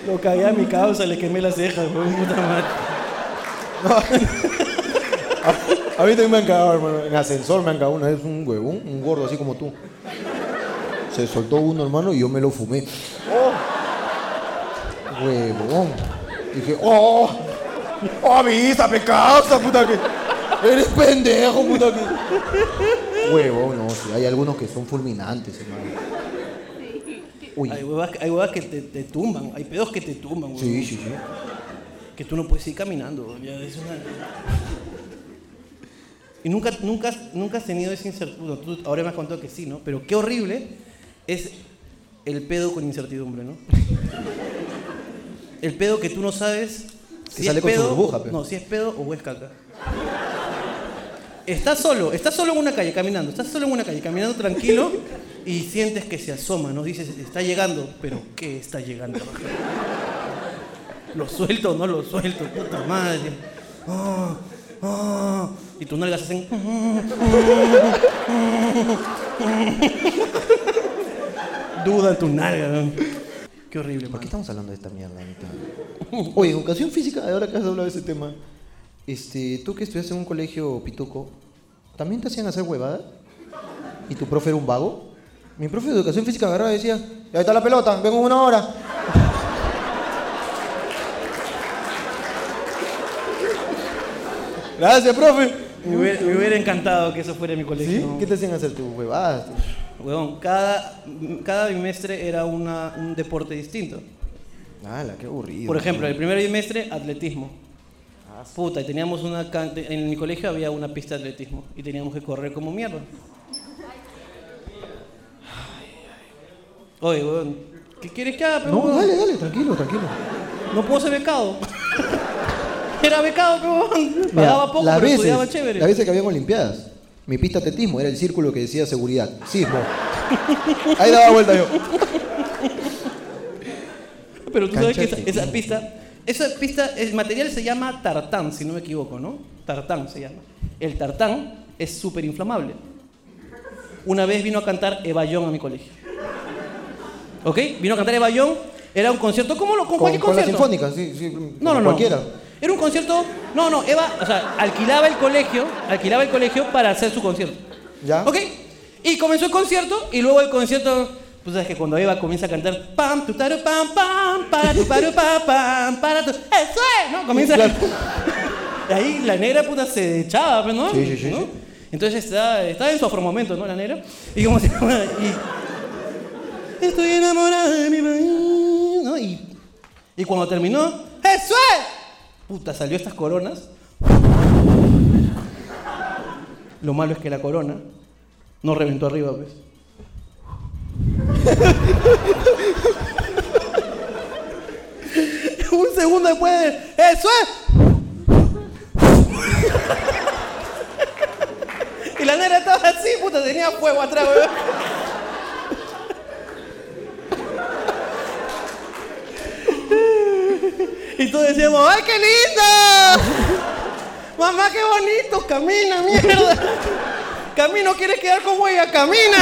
Lo cagué a mi causa, le quemé las cejas, güey, puta madre.
A mí también me han cagado, hermano. En ascensor me han cagado una vez un huevón, un gordo así como tú. Se soltó uno, hermano, y yo me lo fumé. ¡Oh! Huevón. Dije, ¡oh! ¡Oh, avisa, pecausa, puta que! ¡Eres pendejo, puta que! Huevón, no, sí, hay algunos que son fulminantes, hermano. Uy,
Hay huevas, hay huevas que te, te tumban, hay pedos que te tumban, güey.
sí, sí, sí.
Que tú no puedes ir caminando, güey, ya, es una- Y nunca, nunca, has- nunca has tenido esa incertidumbre. Tú ahora me has contado que sí, ¿no? Pero qué horrible es el pedo con incertidumbre, ¿no? El pedo que tú no sabes
Que sale con su burbuja, pe.
No, si es pedo o es caca. Estás solo, estás solo en una calle caminando, estás solo en una calle caminando tranquilo y sientes que se asoma, ¿no? Dices, está llegando, pero ¿qué está llegando? ¿Lo suelto o no lo suelto? Puta madre. Ah, ah. Y tus nalgas hacen... Duda en tus nalgas. ¿no? Qué horrible,
¿Por qué
man.
estamos hablando de esta mierda ahorita? Oye, educación física, ahora que has hablado de ese tema, este, tú que estudiaste en un colegio pituco, ¿también te hacían hacer huevada? ¿Y tu profe era un vago? Mi profe de educación física agarraba y decía, ahí está la pelota, vengo en una hora. Gracias, profe.
Me hubiera, me hubiera encantado que eso fuera mi colegio.
¿Sí?
¿no?
¿Qué te hacían hacer tus huevadas?
Huevón, cada, cada bimestre era una- un deporte distinto.
Ala, qué aburrido.
Por ejemplo, el primer bimestre, atletismo. Puta, y teníamos una can- en mi colegio había una pista de atletismo y teníamos que correr como mierda. Oye, huevón, ¿qué quieres que haga? pe,
No,
huevón?
dale, dale, tranquilo, tranquilo.
No puedo ser becado. Era becado, pe, huevón.
Mira,
Pagaba poco,
las
pero
veces-
estudiaba chévere.
Las veces que habían olimpiadas. Mi pista de atletismo era el círculo que decía seguridad. Sismo. Ahí daba vuelta yo.
Pero tú sabes que
Cancha
esa, esa
de-
pista, esa pista, el material se llama tartán, si no me equivoco, ¿no? Tartán se llama. El tartán es súper inflamable. Una vez vino a cantar Evallón a mi colegio. ¿Ok? Vino a cantar Evallón Era un concierto, ¿cómo lo? Con,
Con,
cualquier
con la
concierto.
sinfónica, sí, sí.
No, no,
con
no.
Cualquiera.
Era un concierto. No, no, Eva, o sea, alquilaba el colegio, alquilaba el colegio para hacer su concierto.
Ya.
¿Ok? Y comenzó el concierto y luego el concierto. Pues sabes que cuando Eva comienza a cantar pam tu taru pam pam para tu paru pam pam para tu eso es no comienza
Claro.
Y ahí la negra puta se echaba pues, no
Sí, sí, sí,
¿No?
sí.
entonces estaba, estaba en su afromomento no la negra y como se llama y estoy enamorada de mi país no y y cuando terminó eso es puta salió estas coronas lo malo es que la corona no reventó arriba, pues. Un segundo después de... ¡Eso es! y la negra estaba así, puta, tenía fuego atrás, weón. y todos decíamos, ¡ay, qué lindo! ¡Mamá, qué bonito! ¡Camina, mierda! Camino, ¿quieres quedar con huella? ¡Camina!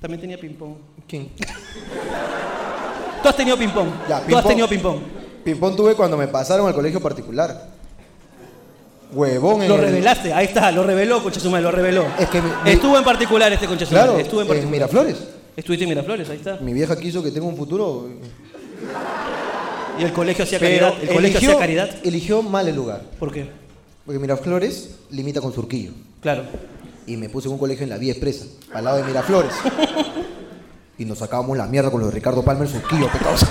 También tenía ping-pong.
¿Quién?
Tú has tenido ping-pong.
Ya,
Tú has
ping-pong.
tenido ping-pong.
Pimpón tuve cuando me pasaron al colegio particular. Huevón. en
Lo
el-
revelaste, ahí está, lo reveló, concha su madre, lo reveló.
Es que mi- mi-
Estuvo en particular este concha su madre,
Claro,
Estuvo en
en
particular.
Miraflores.
Estuviste en Miraflores, ahí está.
Mi vieja quiso que tenga un futuro.
Y el colegio hacía
Pero
caridad. El colegio
eligió-
hacía caridad.
Eligió mal el lugar.
¿Por qué?
Porque Miraflores limita con Surquillo.
Claro.
Y me puse en un colegio en la Vía Expresa, al lado de Miraflores. y nos sacábamos la mierda con los de Ricardo Palmer Surquillo, pe causa.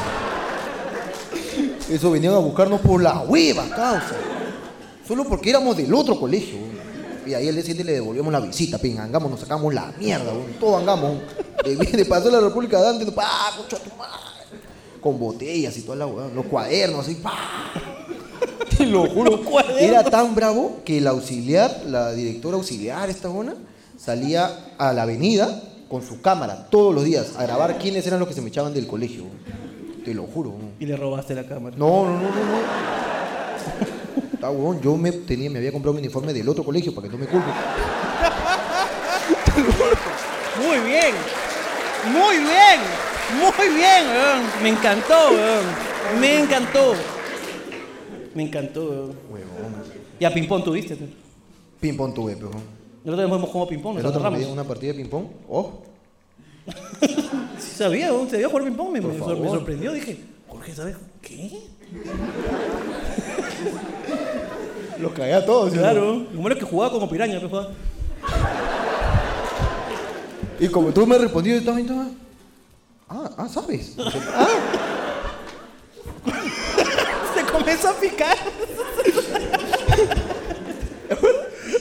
Eso venían a buscarnos por la hueva, causa. Solo porque éramos del otro colegio. weón. Y ahí el siguiente le devolvíamos la visita, pingangamos, nos sacamos la mierda, weón. todo angamos. weón. De, de pasó la República Dante, pa, concha tu madre. Con botellas y toda la weón, los cuadernos, así, pa. Te lo juro.
cuadernos.
Era tan bravo que el auxiliar, la directora auxiliar, esta buena, salía a la avenida con su cámara todos los días a grabar quiénes eran los que se me echaban del colegio. weón. Te lo juro. weón.
Y le robaste la cámara.
No, no, no, no, no. Está huevón, yo me tenía, me había comprado un uniforme del otro colegio para que no me culpen.
Muy bien. Muy bien. Muy bien, weón. Me encantó, weón. Me encantó. Me encantó, weón.
Huevón.
Y a ping-pong tuviste. tú.
Ping pong tuve, pero.
Nosotros hemos jugado ping-pong,
El
nos
otro me dio
agarramos.
una partida de ping pong. Oh,
Sí, sabía, weón. Sabía jugar ping-pong. Me,
Por
me sor-
favor.
me sorprendió. Dije, Jorge, ¿sabes qué?
los cagué a todos. ¿sí?
Claro. Lo malo es que jugaba como piraña, pero jugaba.
Y como tú me respondías, yo también estaba. Ah, ah, sabes.
Se comenzó a picar.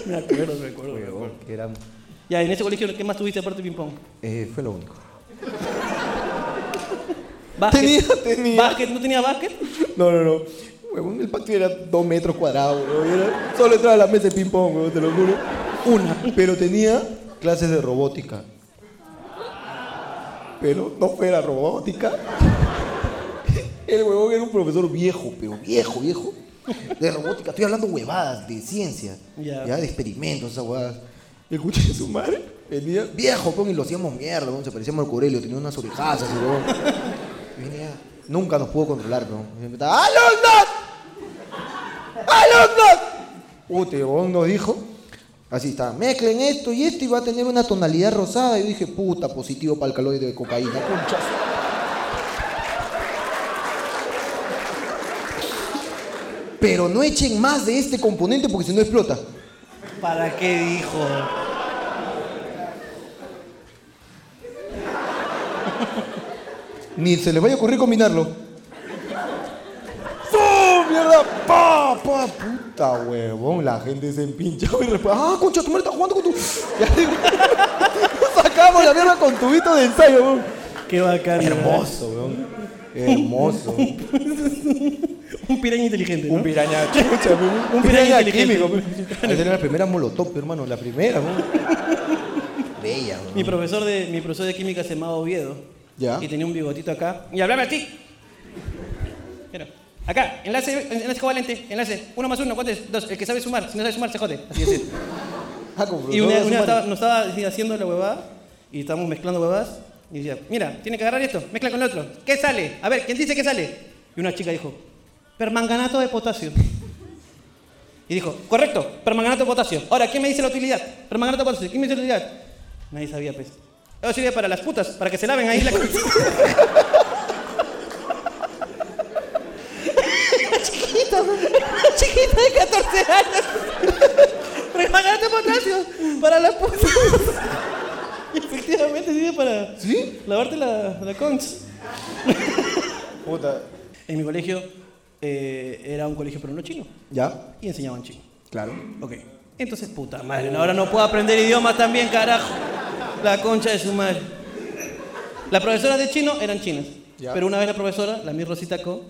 me acuerdo, me acuerdo. me acuerdo.
Que era-
Ya, en ese colegio, ¿qué más tuviste aparte de ping-pong?
eh, fue lo único.
Básquet.
Tenía- tenía.
¿Básquet? ¿No tenía básquet?
No, no, no. Huevón, el patio era dos metros cuadrados, huevón. Era- Solo entraba a la mesa de ping pong, huevón, te lo juro. Una. Pero tenía clases de robótica. Pero no fue la robótica. El huevón era un profesor viejo, pero viejo, viejo. De robótica. Estoy hablando huevadas, de ciencia.
Ya.
de experimentos, esas huevadas. El cuchillo de su madre venía viejo, huevón, y lo hacíamos mierda, huevón. Se parecíamos al Corelio, tenía unas orejas, así, huevón. Venía, nunca nos pudo controlar, ¿no? Y empezaba, ¡Alumnos! ¡Alumnos! Puta, y huevón nos dijo, así está, mezclen esto y esto y va a tener una tonalidad rosada. Yo dije, puta, positivo para alcaloide de cocaína, concha. Pero no echen más de este componente porque si no explota.
¿Para qué dijo?
Ni se les vaya a ocurrir combinarlo. ¡Pum! ¡Mierda! ¡Pa! ¡Pa! ¡Puta huevón! La gente se empinchaba y después. ¡Ah, concha, tu madre está jugando con tu. Ya digo, Sacamos la mierda con tubito de ensayo, huevón.
Qué bacán.
Hermoso, huevón. Hermoso.
Un piraña inteligente, ¿no?
Un piraña chucha, weón.
Un
Un
piraña
piraña
inteligente.
químico. Esa era la primera molotov, hermano. La primera, huevón. Bella, huevón.
mi, profesor de, mi profesor de química se llamaba Oviedo.
Ya.
Y tenía un bigotito acá. Y hablaba así. Mira, acá, enlace, enlace covalente, enlace. Uno más uno, ¿cuánto es? Dos. El que sabe sumar, si no sabe sumar, se jode. Así es.
Ah, como
Y una,
productor, su
una estaba-
madre.
nos estaba así haciendo la huevada y estábamos mezclando huevadas y decía, mira, tiene que agarrar esto, mezcla con lo otro. ¿Qué sale? A ver, ¿quién dice que sale? Y una chica dijo, permanganato de potasio. Y dijo, correcto, permanganato de potasio. Ahora, ¿quién me dice la utilidad? Permanganato de potasio. ¿Quién me dice la utilidad? Nadie sabía, pues. Eso sirve para las putas, para que se laven ahí la chiquito, una chiquita de 14 años. Remangato potasio para las putas. Efectivamente sirve para
¿Sí?
lavarte la, la conch.
Puta.
En mi colegio eh, era un colegio peruano chino
¿Ya?
y enseñaban chino.
Claro.
Ok. Entonces, puta madre, ahora no puedo aprender idiomas también, carajo. La concha de su madre. Las profesoras de chino eran chinas.
Ya.
Pero una vez la profesora, la mi Rosita Co,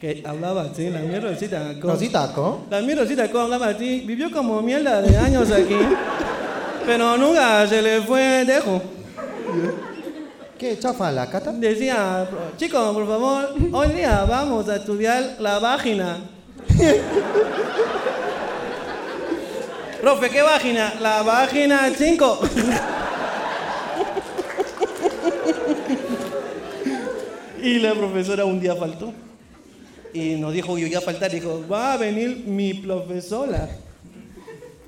que hablaba así, la mi Rosita Co.
Rosita, ¿cómo?
La mi Rosita Co hablaba así, vivió como mierda de años aquí, pero nunca se le fue dejo.
¿Qué chafa la cata?
Decía, chicos, por favor, hoy día vamos a estudiar la vagina. Profe, ¿qué vagina? La vagina 5. y la profesora un día faltó. Y nos dijo que yo iba a faltar. Dijo, va a venir mi profesora.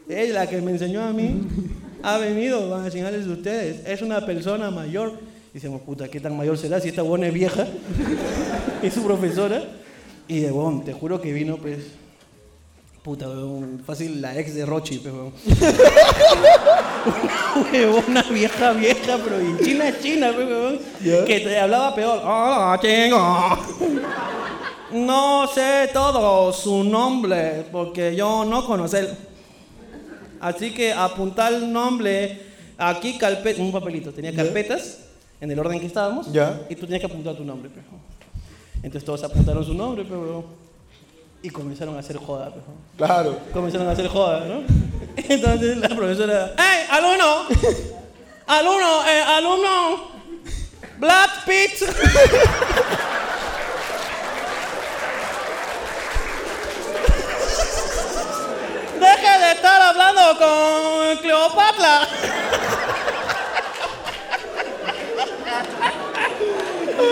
Es la que me enseñó a mí. Ha venido, van a enseñarles a ustedes. Es una persona mayor. Dicemos, puta, ¿qué tan mayor será si esta buena es vieja? es su profesora. Y de bon, te juro que vino, pues. Puta, weón, fácil la ex de Rochi, pues, weón. Una huevona vieja, vieja, pero en China, China, pues, weón.
Ya.
Que te hablaba peor. ¡Hola, chingo! No sé todo su nombre, porque yo no conocer. Así que apuntar el nombre aquí, calpe- un papelito. Tenía carpetas en el orden que estábamos.
Ya.
Y tú tenías que apuntar tu nombre, pejo. Entonces todos apuntaron su nombre, pero. Y comenzaron a hacer joda, pejo.
Claro.
Comenzaron a hacer joda, ¿no? Entonces la profesora. ¡Ey, alumno! ¡Alumno! eh, ¡Alumno! ¡Black Pit! ¡Deje de estar hablando con Cleopatra!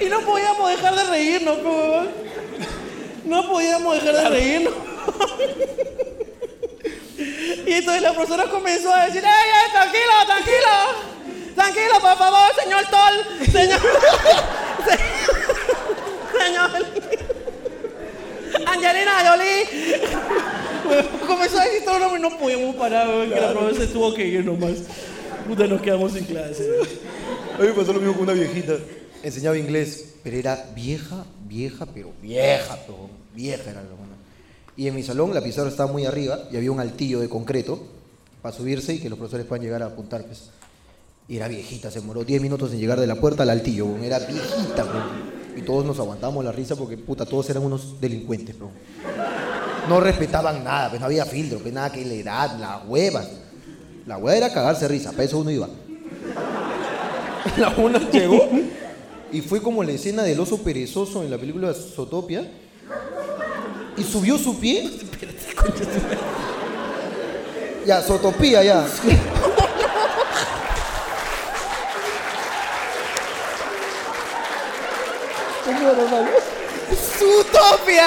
y no podíamos dejar de reírnos, pues, huevón. No podíamos dejar de reírnos. Y entonces la profesora comenzó a decir, ¡Ey, ey, tranquilo, tranquilo! ¡Tranquilo, por favor, señor Tol! ¡Señor... se- ¡Señor... Angelina Jolie! Comenzó a decir todo el nombre y no podíamos parar, weón, que la profesora se tuvo que ir nomás. Puta, nos quedamos sin clase. weón.
A mí me pasó lo mismo con una viejita. Enseñaba inglés, pero era vieja, vieja, pero vieja, pero vieja era la buena. Y en mi salón la pizarra estaba muy arriba y había un altillo de concreto para subirse y que los profesores puedan llegar a apuntar. pues. Y era viejita, se demoró 10 minutos en llegar de la puerta al altillo, weón. era viejita. weón. Y todos nos aguantamos la risa porque, puta, todos eran unos delincuentes. weón. No respetaban nada, pues no había filtro, pues nada que la edad, la hueva. La hueva era cagarse de risa, para eso uno iba. La una llegó y fue como la escena del oso perezoso en la película Zootopia. Y subió su pie. Ya, Zootopia, ya.
¡Utopia!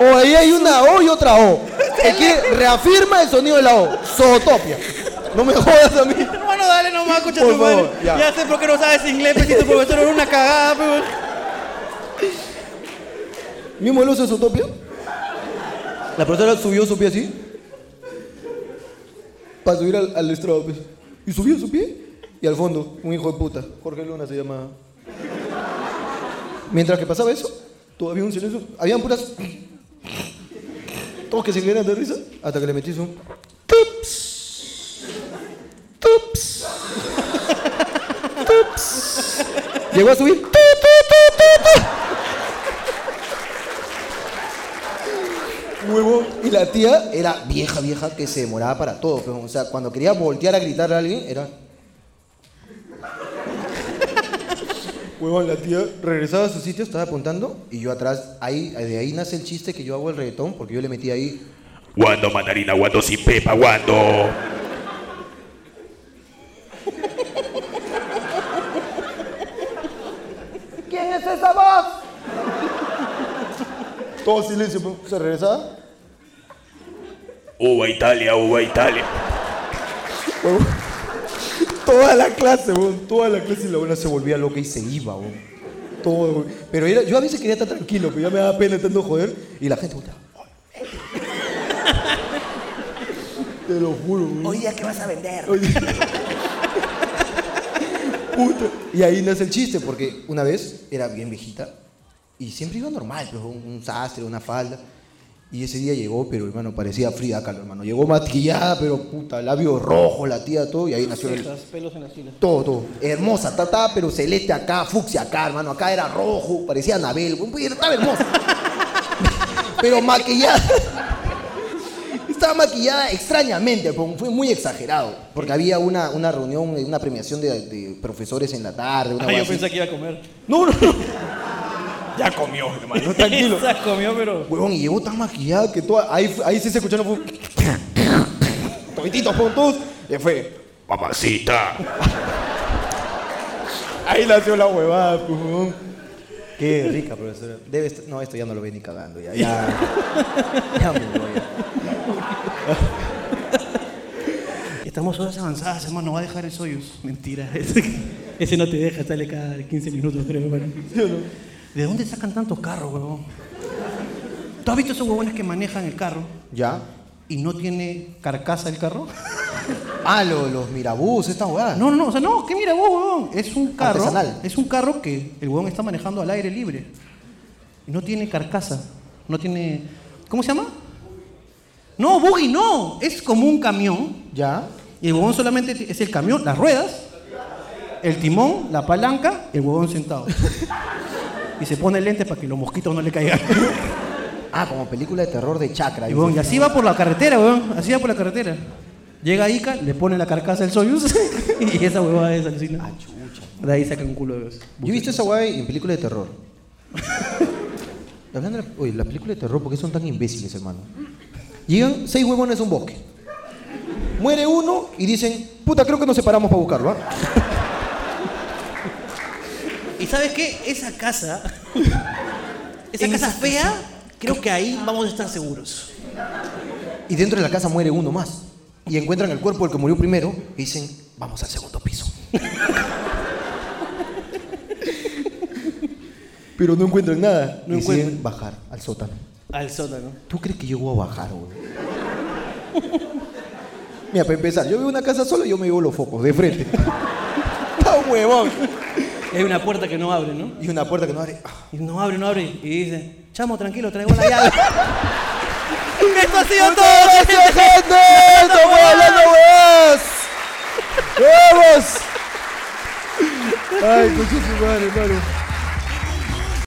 O ahí hay una O y otra O. Es que reafirma el sonido de la O. Zootopia. No me jodas a mí.
Hermano, dale nomás, escucha
Por
tu madre.
favor,
ya.
ya.
sé por qué no sabes inglés, pero si tu profesor era una cagada, weón.
¿Mismo el oso de Zootopia? La profesora subió su pie así. Para subir al, al estrado, pues. Y subió su pie. Y al fondo, un hijo de puta. Jorge Luna se llama. Mientras que pasaba eso, todavía un silencio. Habían puras. Todos que se quedaron de risa. Hasta que le metiste un. Tups. Tups. Tups. Llegó a subir. Tu, tu, tu, tu, tu. Huevo. Y la tía era vieja, vieja, que se demoraba para todo. pero, o sea, cuando quería voltear a gritar a alguien, era. Huevón, la tía regresaba a su sitio, estaba apuntando y yo atrás, ahí, de ahí nace el chiste que yo hago el reggaetón porque yo le metí ahí.
Guando mandarina, guando sin pepa, guando.
¿Quién es esa voz? Todo silencio, po. se regresaba.
Uva Italia, uva Italia.
huevón. Toda la clase, huevón, toda la clase y la buena se volvía loca y se iba, huevón. Todo, huevón. Pero era- yo a veces quería estar tranquilo, pero ya me daba pena tanto joder y la gente puta. "Ay, Te lo juro, huevón.
Hoy día, ¿qué vas a vender?
Oye. Puta. Y ahí nace el chiste, porque una vez era bien viejita y siempre iba normal, pero un, un sastre, una falda. Y ese día llegó, pero hermano, parecía Frida Kahlo, hermano. Llegó maquillada, pero puta, labios rojos, la tía, todo, y ahí nació el...
pelos en las filas.
Todo, todo. Hermosa, tata, pero celeste acá, fucsia acá, hermano. Acá era rojo, parecía Anabel. güey, pues, Estaba hermosa. pero maquillada. Estaba maquillada extrañamente, po, fue muy exagerado. Porque había una, una reunión, una premiación de, de profesores en la tarde. Una
Ah, yo
hueá así.
pensé que iba a comer.
No, no, no.
Ya comió, hermano.
No, tranquilo.
Esa comió, pero.
Huevón, y llegó tan maquillada que toda, ahí, fu- ahí sí se escucharon. Fue... Toititos, pum, todos. Y fue.
Mamacita.
Ahí nació la huevada, pues, huevón. Qué rica, profesora. Debe estar- No, esto ya no lo ve ni cagando, ya. Ya, ya murió, ya.
Estamos horas avanzadas, hermano. Va a dejar el Soyuz. Mentira. Ese, ese no te deja, sale cada 15 minutos, creo, hermano. ¿De dónde sacan tantos carros, huevón? ¿Tú has visto esos huevones que manejan el carro
¿Ya?
y no tiene carcasa el carro?
Ah, lo- los mirabús, esta huevada.
No, no, no, o sea, no, que mira vos, huevón. Es un carro.
Artesanal.
Es un carro que el huevón está manejando al aire libre. Y no tiene carcasa. No tiene. ¿Cómo se llama? No, buggy, no. Es como un camión.
¿Ya?
Y el huevón solamente ti- es el camión, las ruedas, el timón, la palanca, el huevón sentado. Y se pone lentes para que los mosquitos no le caigan.
Ah, como película de terror de chakra.
Y, huevón, y
dice.
así va por la carretera, huevón. Así va por la carretera. Llega a Ica, le pone la carcasa del Soyuz y esa huevada es alucina. De ahí saca un culo de huevos.
Yo he visto esa huevada en película de terror. Hablando de la, oye, la película de terror, ¿por qué son tan imbéciles, hermano? Llegan seis huevones a un bosque. Muere uno y dicen, puta, creo que nos separamos para buscarlo, ¿ah?
¿Y sabes qué? Esa casa, esa casa fea, creo que ahí vamos a estar seguros.
Y dentro de la casa muere uno más. Y encuentran el cuerpo del que murió primero y dicen, vamos al segundo piso. Pero no encuentran nada.
No
No Deciden
encuentran.
bajar al sótano.
Al sótano.
¿Tú crees que yo voy a bajar, güey? Mira, para empezar, yo veo una casa sola y yo me llevo los focos de frente. ¡Está huevón!
Hay una puerta que no abre, ¿no?
Y una puerta que no abre.
Y no abre, no abre. Y dice, chamo, tranquilo, traigo la llave. Esto ha sido todo. gente.
gente! ¡Estamos hablando huevos! ¡Huevos! Ay, coche su madre, hermano.